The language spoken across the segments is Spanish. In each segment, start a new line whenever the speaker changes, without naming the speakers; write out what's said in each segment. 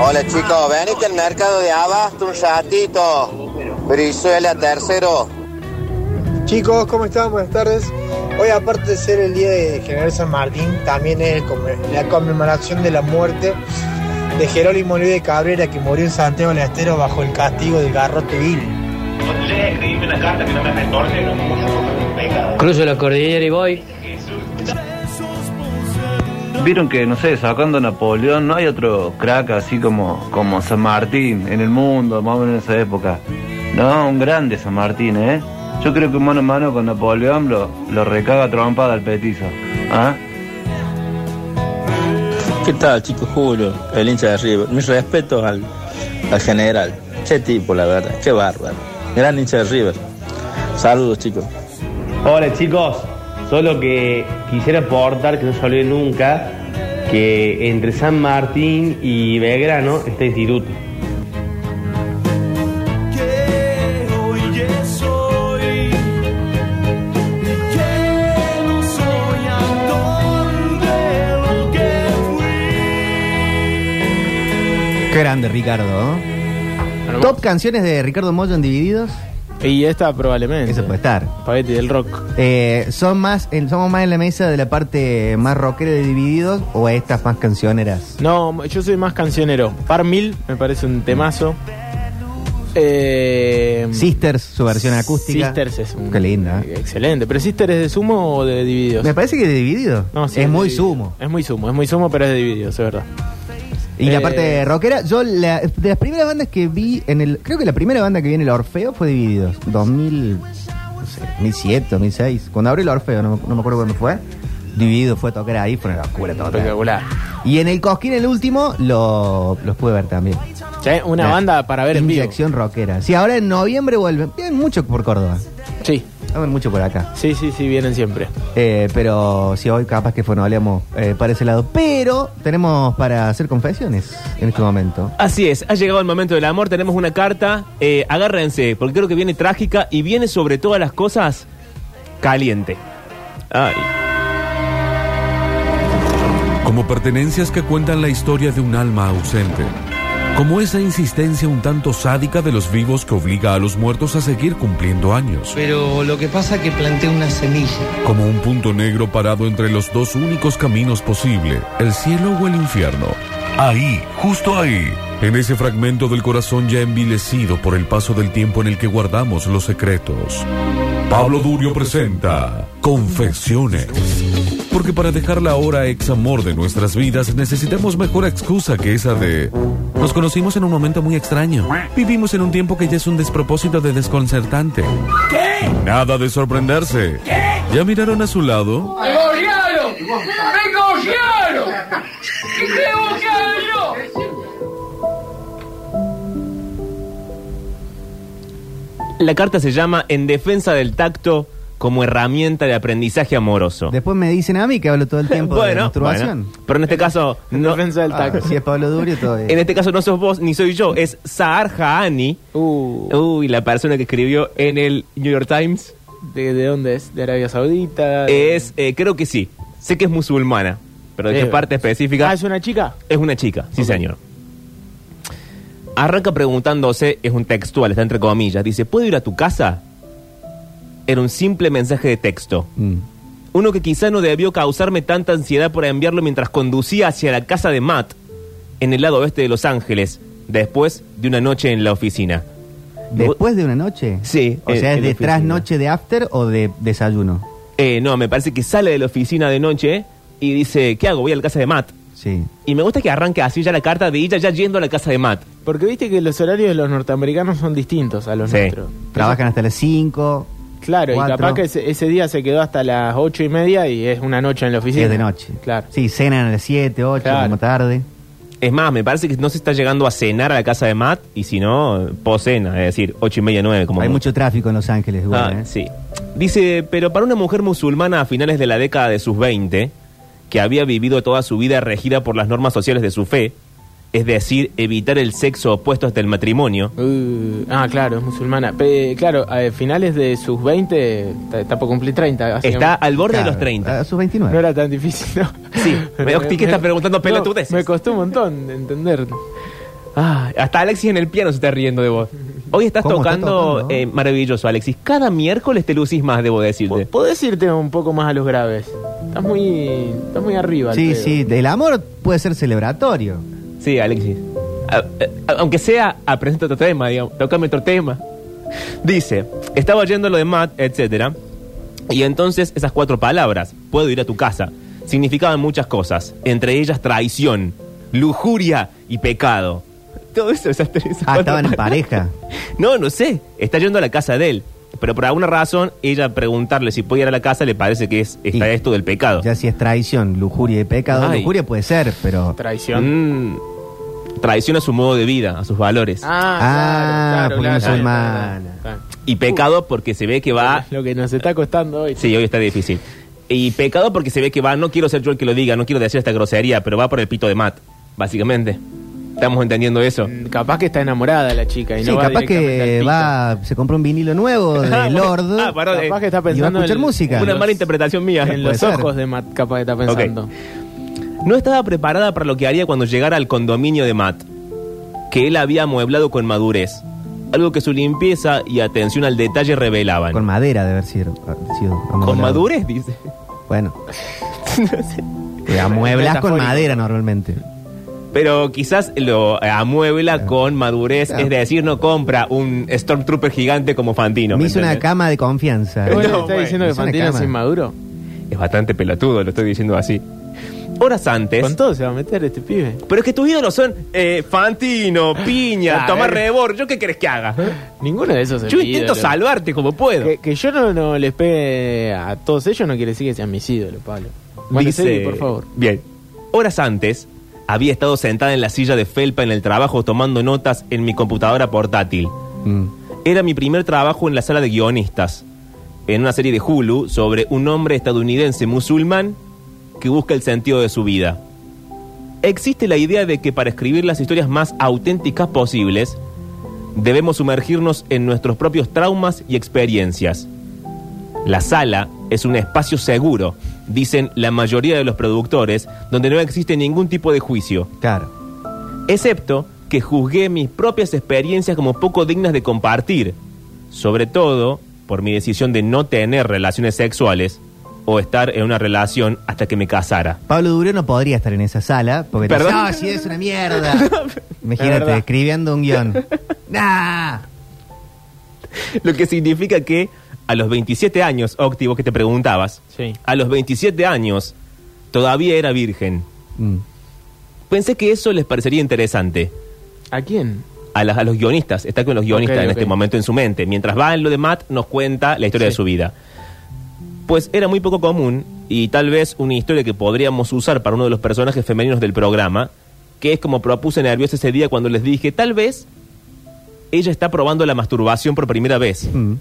Hola chicos, venite al mercado de abasto un ratito. Brizuela tercero.
Chicos, ¿cómo están? Buenas tardes. Hoy, aparte de ser el día de General San Martín, también es come- la conmemoración de la muerte de Jerónimo Luis de Cabrera, que murió en Santiago del Estero bajo el castigo del garrote vil.
Cruzo la cordillera y voy.
Vieron que, no sé, sacando a Napoleón, no hay otro crack así como, como San Martín en el mundo, más o menos en esa época. No, un grande San Martín, ¿eh? Yo creo que mano a mano con Napoleón lo, lo recaga trompada al petizo. ¿Ah?
¿Qué tal, chicos? Julio, el hincha de River. Mis respetos al, al general. Qué tipo, la verdad. Qué bárbaro. Gran hincha de River. Saludos, chicos.
Hola chicos, solo que quisiera aportar que no se olvide nunca que entre San Martín y Belgrano está Instituto.
Qué grande, Ricardo. ¿no? Top canciones de Ricardo Mollo en Divididos.
Y esta probablemente.
Eso puede estar.
Paquete del rock.
Eh, son más, en- somos más en la mesa de la parte más rockera de Divididos o estas más cancioneras.
No, yo soy más cancionero. Par Mil me parece un temazo. Eh,
Sisters, su versión acústica.
Sisters es un.
Qué linda. ¿eh?
Excelente. ¿Pero Sisters es de sumo o de divididos?
Me parece que de Divididos.
No, sí,
es muy
de Divididos.
sumo.
Es muy sumo, es muy sumo, pero es de divididos, es verdad.
Y la
Eh,
parte rockera, yo la- de las primeras bandas que vi en el. Creo que la primera banda que vi en el Orfeo fue Divididos. 2000. No sé, 2007, 2006. Cuando abrió el Orfeo, no, me- no me acuerdo cuándo fue. Divididos fue a tocar ahí, fue una locura total.
Espectacular.
Y en el Cosquín, el último, lo- los pude ver también.
Sí, ¿eh? Una
La
banda para ver en vivo.
Inyección rockera. Sí, ahora en noviembre vuelven. Vienen mucho por Córdoba.
Sí,
Vienen mucho por acá.
sí, sí, sí, vienen siempre.
Eh, pero si hoy capaz que fue, no hablamos eh, para ese lado. Pero tenemos para hacer confesiones en este momento.
Así es, ha llegado el momento del amor, tenemos una carta, eh, agárrense, porque creo que viene trágica y viene sobre todas las cosas caliente. Ay.
como pertenencias que cuentan la historia de un alma ausente, como esa insistencia un tanto sádica de los vivos que obliga a los muertos a seguir cumpliendo años,
Pero lo que pasa es que planté una semilla.
como un punto negro parado entre los dos únicos caminos posible, el cielo o el infierno. Ahí, justo ahí, en ese fragmento del corazón ya envilecido por el paso del tiempo en el que guardamos los secretos. Pablo Durio presenta Confesiones. Porque para dejar la hora ex amor de nuestras vidas necesitamos mejor excusa que esa de nos conocimos en un momento muy extraño. Vivimos en un tiempo que ya es un despropósito de desconcertante. ¿Qué? Nada de sorprenderse. ¿Ya miraron a su lado?
La carta se llama En defensa del tacto como herramienta de aprendizaje amoroso.
Después me dicen a mí que hablo todo el tiempo de masturbación.
bueno, pero en este caso no,
Defensa del
Ah,
taco.
si es Pablo Durio, todo es-
en este caso no sos vos ni soy yo, es Saar Haani,
Uh,
uy, la persona que escribió en el New York Times.
¿de, de dónde es? ¿De Arabia Saudita? De-
Es, eh, creo que sí. Sé que es musulmana, pero de qué
Eh,
parte específica. Eh.
Ah, es una chica.
Es una chica, sí señor. Arranca preguntándose, es un textual, está entre comillas, dice, ¿puedo ir a tu casa? Era un simple mensaje de texto.
Mm.
Uno que quizá no debió causarme tanta ansiedad por enviarlo mientras conducía hacia la casa de Matt, en el lado oeste de Los Ángeles, después de una noche en la oficina.
¿Después de una noche?
Sí,
O
eh,
sea, ¿es
en la
de
oficina.
trasnoche de after o de desayuno?
Eh, no, me parece que sale de la oficina de noche y dice, ¿qué hago? Voy a la casa de Matt.
Sí.
Y me gusta que arranque así ya la carta de ella ya yendo a la casa de Matt.
Porque viste que los horarios de los norteamericanos son distintos a los
Sí.
nuestros.
Trabajan hasta las 5.
Claro, y capaz que ese, ese día se quedó hasta las ocho y media y es una noche en la oficina.
Es de noche.
Claro.
Sí, cenan a las 7, 8,
Claro.
como tarde.
Es más, me parece que no se está llegando a cenar a la casa de Matt y si no, poscena, es decir, ocho y media, nueve. Eh, Como
Hay mucho tráfico en Los Ángeles, igual,
Ah,
¿eh?
Sí. Dice, pero para una mujer musulmana a finales de la década de sus 20, que había vivido toda su vida regida por las normas sociales de su fe, es decir, evitar el sexo opuesto hasta el matrimonio,
Uh, ah, claro, es musulmana. Pe- claro, a finales de sus 20, está, está por cumplir 30. así que
está al borde de
Claro,
los 30.
A sus
No
29.
era tan difícil, ¿no?
Sí, me- Octi, ¿qué estás preguntando
no,
pelotudeces?
Me costó un montón de entender.
Ah, hasta Alexis en el piano se está riendo de vos. Hoy estás
¿Cómo está
tocando,
tocando?
eh, maravilloso, Alexis. Cada miércoles te lucís más, debo decirte.
Podés irte un poco más a los graves. Estás muy, estás muy arriba.
Sí,
Alfredo.
sí, el amor puede ser celebratorio.
Sí, Alexis. A- eh, a- aunque sea, aprende otro tema, digamos. Tócame otro tema. Dice, estaba oyendo lo de Matt, etcétera. Y entonces esas cuatro palabras, puedo ir a tu casa, significaban muchas cosas. Entre ellas traición, lujuria y pecado. Todo eso, esas tres. esas
Ah,
cuatro
estaban en
palabras.
pareja.
No, no sé. Está yendo a la casa de él. Pero por alguna razón, ella preguntarle si puede ir a la casa le parece que es, está esto del pecado.
Ya si es traición, lujuria y pecado.
Ay.
Lujuria puede ser, pero. Mm.
Traición. traición a Mm. su modo de vida, a sus valores.
Ah,
claro,
porque no
claro,
soy
claro,
mala.
Y pecado porque se ve que
Ah.
va.
Lo que nos está costando hoy.
Sí, hoy está difícil. Y pecado porque se ve que va. No quiero ser yo el que lo diga, no quiero decir esta grosería, pero va por el pito de Matt, básicamente. Estamos entendiendo eso.
Mm, Capaz que está enamorada la chica y
Sí,
no va
capaz
directamente al
que
piso.
va, se compró un vinilo nuevo
Ah,
de
bueno.
Lord.
Ah, perdón, Capaz que está
y va a
pensando
escuchar
en-
música.
Una mala interpretación mía.
En los
Puede ser.
ojos de Matt, capaz que está pensando.
No estaba preparada para lo que haría cuando llegara al condominio de Matt, que él había amueblado con madurez, algo que su limpieza y atención al detalle revelaban.
Con madera debe haber sido. sido
¿Con
amueblado.
madurez? Dice.
Bueno. Te amueblas con
Metafórico.
madera normalmente.
Pero quizás lo eh, amuebla con madurez,
Claro.
es decir, no compra un Stormtrooper gigante como Fantino.
Me
¿me
hizo una
entendés?
cama de confianza.
Bueno,
No,
está
bueno.
diciendo
Me
que
hizo una
Fantino es
cama.
inmaduro.
Es bastante pelotudo, lo estoy diciendo así. Horas antes.
Con todo se va a meter este pibe.
Pero es que tus ídolos son eh, Fantino, Piña,
Claro.
Tomás Rebor. ¿Yo qué querés que haga?
Ninguno de esos es
Yo
mi
intento
ídolo.
salvarte como puedo.
Que, que yo no, no les pegue a todos ellos no quiere decir que sean mis ídolos, Pablo. Bueno,
Dice-
Sebi, por favor.
Bien. Horas antes, había estado sentada en la silla de felpa en el trabajo tomando notas en mi computadora portátil.
Mm,
Era mi primer trabajo en la sala de guionistas, en una serie de Hulu sobre un hombre estadounidense musulmán que busca el sentido de su vida. Existe la idea de que para escribir las historias más auténticas posibles, debemos sumergirnos en nuestros propios traumas y experiencias. La sala es un espacio seguro, dicen la mayoría de los productores, donde no existe ningún tipo de juicio.
Claro.
Excepto que juzgué mis propias experiencias como poco dignas de compartir, sobre todo por mi decisión de no tener relaciones sexuales o estar en una relación hasta que me casara.
Pablo Durio no podría estar en esa sala porque te dice,
Perdón.
"No, si es una mierda. Imagínate,
verdad.
escribiendo un guión. ¡Nah!
Lo que significa que a los 27 años, Octi, vos que te preguntabas,
Sí.
a los 27 años todavía era virgen.
Mm.
Pensé que eso les parecería interesante.
¿A quién?
a, las- a los guionistas, está con los guionistas
Ok,
en
ok.
este momento en su mente. Mientras va en lo de Matt, nos cuenta la historia de su vida. Pues era muy poco común y tal vez una historia que podríamos usar para uno de los personajes femeninos del programa, que es como propuse nervioso ese día cuando les dije, tal vez ella está probando la masturbación por primera vez.
Mm.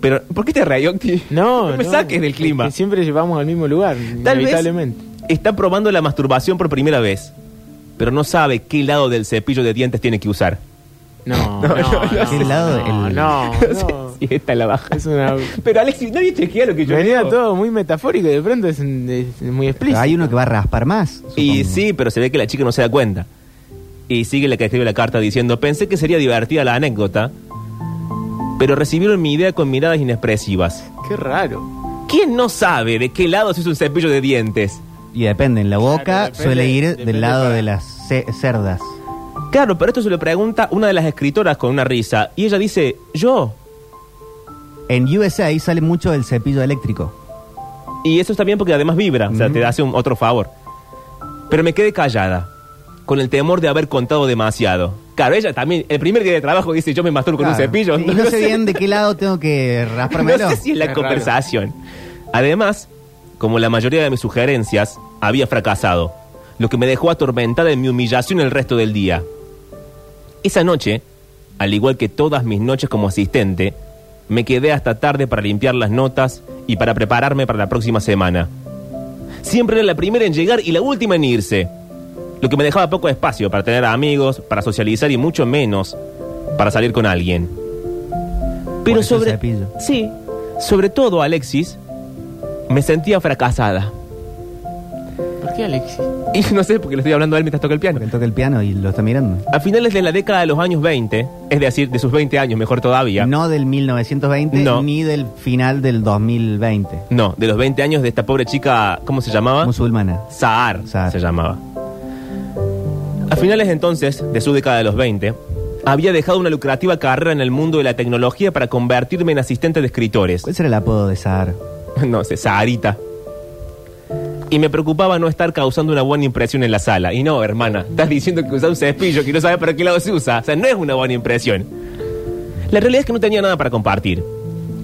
Pero, ¿por qué te reí, Octi?
No,
No me saques del clima.
que siempre llevamos al mismo lugar,
Tal
inevitablemente.
vez está probando la masturbación por primera vez, pero no sabe qué lado del cepillo de dientes tiene que usar.
No, no, no.
¿Qué
no,
lado?
no,
El-
no, no.
Y esta es la baja.
Es una...
Pero Alexis, nadie chequea lo que yo
Venía
digo.
todo muy metafórico y de pronto es, es muy
Pero
explícito.
hay uno que va a raspar más.
Y
supongo.
sí, pero se ve que la chica no se da cuenta. Y sigue la que escribe la carta diciendo, pensé que sería divertida la anécdota, pero recibieron mi idea con miradas inexpresivas.
Qué raro.
¿Quién no sabe de qué lado se hizo un cepillo de dientes?
Y depende, en la boca
depende-
suele ir
depende
del lado
para-
de las ce- cerdas.
Claro, pero esto se lo pregunta una de las escritoras con una risa. Y ella dice, yo.
En USA sale mucho el cepillo eléctrico.
Y eso está bien porque además vibra, o sea,
Ujú.
te hace un otro favor. Pero me quedé callada, con el temor de haber contado demasiado. Claro, ella también, el primer día de trabajo dice, yo me masturbo con un
Claro.
cepillo.
Y no sé bien de qué lado tengo que raspármelo.
No sé si es la
Es raro.
conversación. Además, como la mayoría de mis sugerencias, había fracasado, lo que me dejó atormentada en mi humillación el resto del día. Esa noche, al igual que todas mis noches como asistente, me quedé hasta tarde para limpiar las notas y para prepararme para la próxima semana. Siempre era la primera en llegar y la última en irse, lo que me dejaba poco espacio para tener amigos, para socializar y mucho menos para salir con alguien. Pero
Por eso el
sobre
cepillo.
sí, sobre todo Alexis, me sentía fracasada.
¿Por qué, Alexis?
Y no sé, porque le estoy hablando a él mientras toca el piano.
Él toca el piano y lo está mirando.
A finales de la década de los años 20, es decir, de sus 20 años, mejor todavía.
No del 1920
No.
ni del final del 2020.
No, de los 20 años de esta pobre chica, ¿cómo se llamaba?
Musulmana.
Saar, se llamaba. A finales entonces de su década de los 20, había dejado una lucrativa carrera en el mundo de la tecnología para convertirme en asistente de escritores.
¿Cuál será el apodo de Sahar?
No sé, Saarita. Y me preocupaba no estar causando una buena impresión en la sala. Y no, hermana, estás diciendo que usas un cepillo que no sabes para qué lado se usa. O sea, no es una buena impresión. La realidad es que no tenía nada para compartir.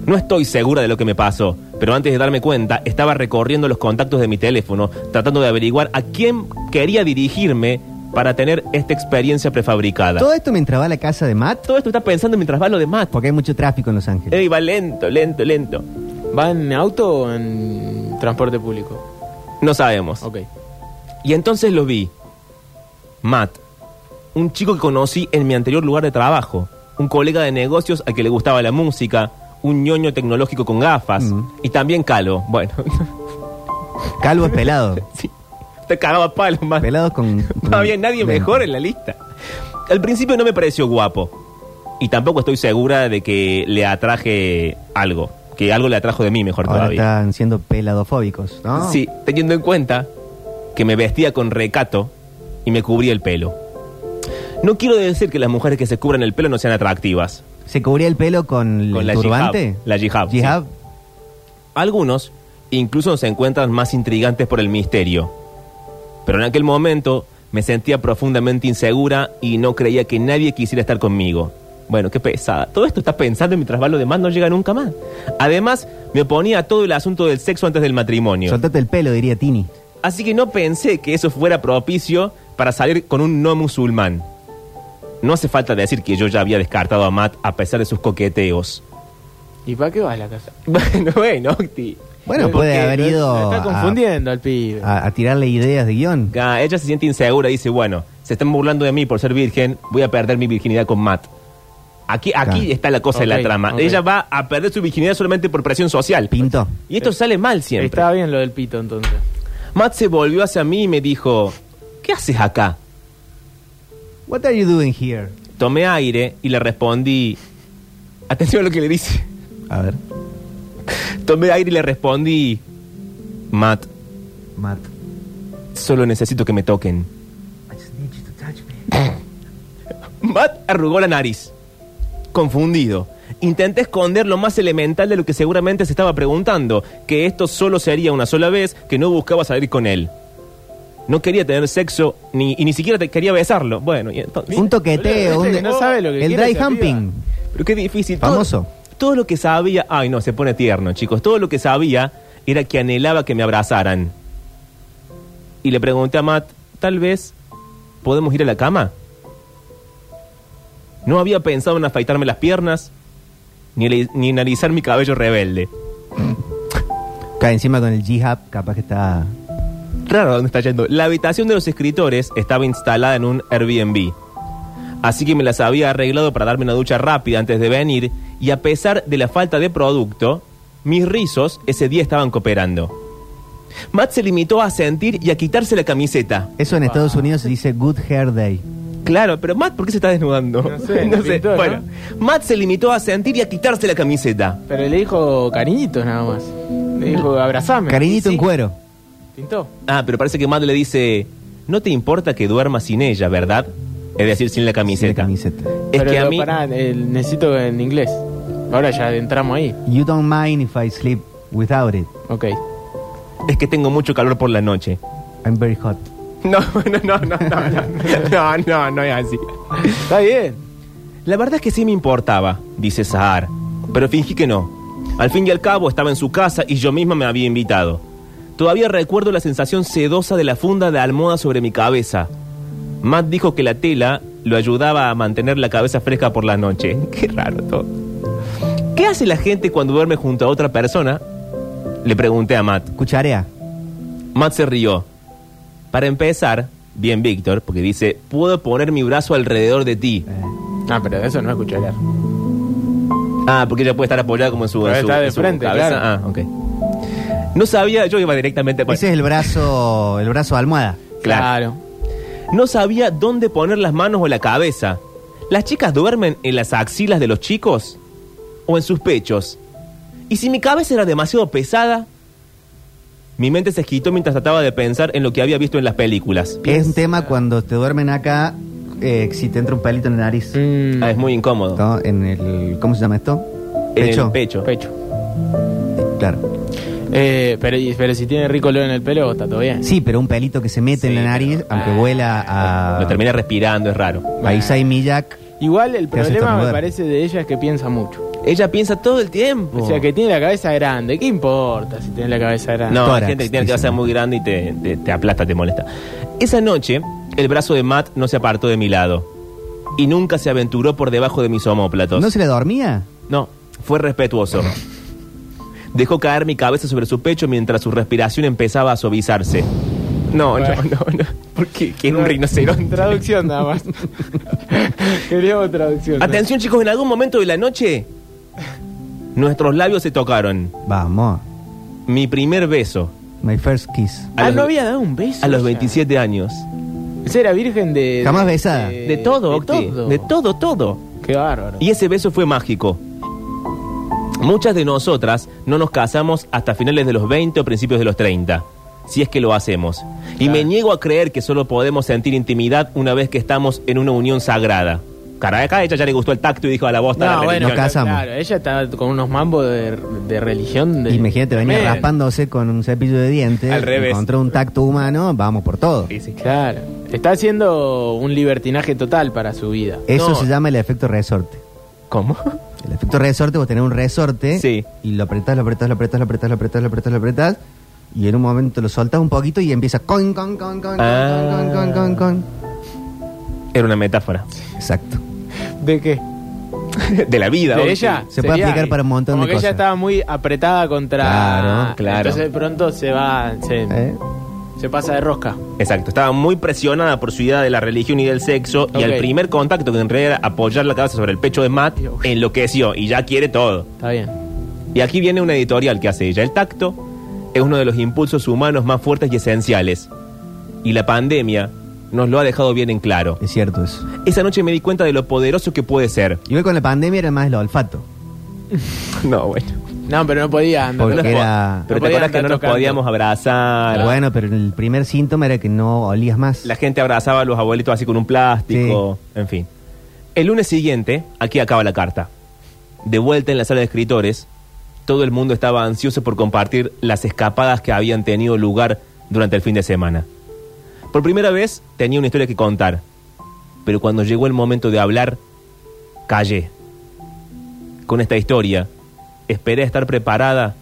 No estoy segura de lo que me pasó, pero antes de darme cuenta, estaba recorriendo los contactos de mi teléfono, tratando de averiguar a quién quería dirigirme para tener esta experiencia prefabricada.
Todo esto mientras va a la casa de Matt.
Todo esto está pensando mientras va lo de Matt.
Porque hay mucho tráfico en Los Ángeles.
Ey, va lento, lento, lento.
¿Va en auto o en transporte público?
No sabemos.
Ok.
Y entonces lo vi. Matt, un chico que conocí en mi anterior lugar de trabajo, un colega de negocios al que le gustaba la música, un ñoño tecnológico con gafas y también Calo. Bueno, Eh.
Calvo es pelado.
te cagaba a palo, Matt.
Pelado con. con-
No había Ah. nadie
Ven.
mejor en la lista. Al principio no me pareció guapo. Y tampoco estoy segura de que le atraje algo. Que algo le atrajo de mí mejor
Ahora
todavía.
están siendo peladofóbicos, ¿no?
Sí, teniendo en cuenta que me vestía con recato y me cubría el pelo. No quiero decir que las mujeres que se cubran el pelo no sean atractivas.
¿Se cubría el pelo con,
Con
el
la
turbante?
hijab, la hijab, sí.
Hijab.
Algunos incluso se encuentran más intrigantes por el misterio. Pero en aquel momento me sentía profundamente insegura y no creía que nadie quisiera estar conmigo. Bueno, qué pesada. Todo esto está pensando y mi trasvalo de más no llega nunca más. Además, me oponía a todo el asunto del sexo antes del matrimonio.
Soltate el pelo, diría Tini.
Así que no pensé que eso fuera propicio para salir con un no musulmán. No hace falta decir que yo ya había descartado a Matt a pesar de sus coqueteos.
¿Y para qué va a la casa?
Bueno, bueno, Octi.
Bueno,
Porque
puede haber
lo-
ido
lo Está
a-
confundiendo al pibe.
A, a tirarle ideas de guión.
Ah, ella se siente insegura y dice, bueno, se están burlando de mí por ser virgen, voy a perder mi virginidad con Matt. Aquí, aquí
Claro.
está la cosa de
Ok,
la trama.
ok.
Ella va a perder su virginidad solamente por presión social.
Pinto.
Y esto sale mal siempre.
eh, Está bien lo del pito, entonces.
Matt se volvió hacia mí y me dijo, ¿qué haces acá?
What are you doing here?
Tomé aire y le respondí, atención a lo que le dice.
A ver,
Tomé aire y le respondí, Matt,
Matt.
solo necesito que me toquen. Matt arrugó la nariz, confundido. Intenté esconder lo más elemental de lo que seguramente se estaba preguntando, que esto solo sería una sola vez, que no buscaba salir con él. No quería tener sexo ni, y ni siquiera te- quería besarlo. Bueno, y entonces...
Un toqueteo.
Viste
un-
que no sabe lo que
el
quiere
dry
esa piba.
humping.
Pero qué difícil.
Famoso.
Todo, todo lo que sabía. Ay, no, se pone tierno, chicos. Todo lo que sabía era que anhelaba que me abrazaran. Y le pregunté a Matt, tal vez podemos ir a la cama. No había pensado en afeitarme las piernas ni, le- ni en alisar mi cabello rebelde.
Cae encima con el G-Hub, capaz que está.
Raro dónde está yendo. La habitación de los escritores estaba instalada en un Airbnb. Así que me las había arreglado para darme una ducha rápida antes de venir y a pesar de la falta de producto, mis rizos ese día estaban cooperando. Matt se limitó a sentir y a quitarse la camiseta.
Eso en Estados Unidos se dice Good Hair Day.
Claro, pero Matt, ¿por qué se está desnudando?
No sé, le pintó, ¿no?
Bueno, Matt se limitó a sentir y a quitarse la camiseta.
Pero le dijo cariñitos nada más. Le dijo abrazame.
Cariñito
Sí,
en cuero.
Pintó.
Ah, pero parece que Matt le dice, no te importa que duerma sin ella, ¿verdad? Es decir, sin la
Sin la
camiseta.
camiseta.
Es
Pero
que a
lo-
mí...
pará, eh, necesito en inglés. Ahora ya entramos ahí.
You don't mind if I sleep without it.
Ok.
Es que tengo mucho calor por la noche.
I'm very hot.
No, no, no, no, no, no, no, no, no es así.
Está bien.
La verdad es que sí me importaba, dice Sahar, pero fingí que no. Al fin y al cabo estaba en su casa y yo misma me había invitado. Todavía recuerdo la sensación sedosa de la funda de almohada sobre mi cabeza. Matt dijo que la tela lo ayudaba a mantener la cabeza fresca por la noche. Qué raro todo. ¿Qué hace la gente cuando duerme junto a otra persona? Le pregunté a Matt.
Cucharea.
Matt se rió. Para empezar, bien Víctor, porque dice, puedo poner mi brazo alrededor de ti.
Eh,
Ah, pero eso no es cucharear.
Ah, porque ella puede estar apoyada como en su...
Pero
en su-
está de
en su
frente,
cabeza.
claro.
Ah, ok. No sabía, yo iba directamente. bueno.
Ese es el brazo, el brazo de almohada.
Claro. No sabía dónde poner las manos o la cabeza. ¿Las chicas duermen en las axilas de los chicos? ¿O en sus pechos? Y si mi cabeza era demasiado pesada, mi mente se esquitó mientras trataba de pensar en lo que había visto en las películas.
Es un tema cuando te duermen acá, eh, si te entra un palito en la nariz.
Mm.
Ah, es muy incómodo.
¿No? En el, ¿Cómo se llama esto?
En el
Pecho.
pecho.
Claro.
Eh, pero, y- pero si tiene rico olor en el pelo, está todo bien.
Sí, pero un pelito que se mete en la nariz, aunque
ah,
vuela a...
Lo termina respirando, es raro.
a Isai Miyak.
Igual el
Te
problema
hace
me
estornudar.
parece de ella es que piensa mucho.
Ella piensa todo el tiempo.
O sea, que tiene la cabeza grande. ¿Qué importa si tiene la cabeza grande?
No, hay gente que tiene la cabeza muy grande y te, te- te aplasta, te molesta. Esa noche, el brazo de Matt no se apartó de mi lado. Y nunca se aventuró por debajo de mis homóplatos.
¿No se le dormía?
No, fue respetuoso. Dejó caer mi cabeza sobre su pecho mientras su respiración empezaba a suavizarse. No, no, no, no. Porque quiere un rinoceronte.
Traducción nada más. Queríamos traducción.
Atención, chicos, en algún momento de la noche, nuestros labios se tocaron.
Vamos.
Mi primer beso.
My first kiss.
A
Ah,
los-
no había dado un beso.
A los
ella.
27 años.
Esa era virgen de.
Jamás besada.
De,
De todo,
Eh, de
Octi.
todo.
De todo, todo.
Qué bárbaro.
Y ese beso fue mágico. Muchas de nosotras no nos casamos hasta finales de los 20 o principios de los 30, si es que lo hacemos. Y me niego a creer que solo podemos sentir intimidad una vez que estamos en una unión sagrada. Caray, acá a ella ya le gustó el tacto y dijo a la bosta. la
No, bueno,
religión.
Nos casamos.
claro, ella está con unos mambos de, de religión. De,
Imagínate, venía
Tremendo.
raspándose con un cepillo de dientes.
Al revés.
Encontró un tacto humano, vamos por todo.
Sí, sí.
Claro. Está haciendo un libertinaje total para su vida.
Eso
No.
se llama el efecto resorte.
¿Cómo?
El efecto resorte, vos tenés un resorte
Sí.
y lo apretás, lo apretás, lo apretás, lo apretás, lo apretás, lo apretás, lo apretás. Y en un momento lo soltás un poquito y empieza con, con, con, con,
Ah.
con, con, con, con.
Era una metáfora.
Exacto.
¿De qué?
De la vida.
de
Octi.
ella.
Se puede
sería-
aplicar para un montón
como
de
que ella
cosas.
estaba muy apretada contra.
Claro,
claro.
Entonces de pronto se va. Se,
¿Eh?
se pasa de rosca.
Exacto, estaba muy presionada por su idea de la religión y del sexo y al
Ok.
primer contacto que en realidad era apoyar la cabeza sobre el pecho de Matt,
Dios.
enloqueció y ya quiere todo.
Está bien.
Y aquí viene una editorial que hace ella. El tacto es uno de los impulsos humanos más fuertes y esenciales. Y la pandemia nos lo ha dejado bien en claro.
Es cierto eso.
Esa noche me di cuenta de lo poderoso que puede ser.
Igual con la pandemia era más el olfato.
No, bueno.
No, pero no podía. andar.
Porque
nos po-
era-
Pero
No
te
podía
acuerdas que
andar
no nos
tocando.
podíamos abrazar.
Bueno, pero el primer síntoma era que no olías más.
Ah, La gente abrazaba a los abuelitos así con un plástico, en fin. El lunes siguiente, aquí acaba la carta. De vuelta en la sala de escritores, todo el mundo estaba ansioso por compartir las escapadas que habían tenido lugar durante el fin de semana. Por primera vez tenía una historia que contar, pero cuando llegó el momento de hablar, callé. Con esta historia, esperé estar preparada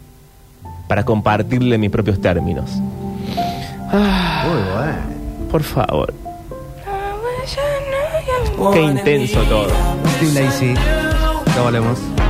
para compartirle mis propios términos.
Uy, bueno.
Por favor. Qué intenso todo.
Lazy. Ya volvemos.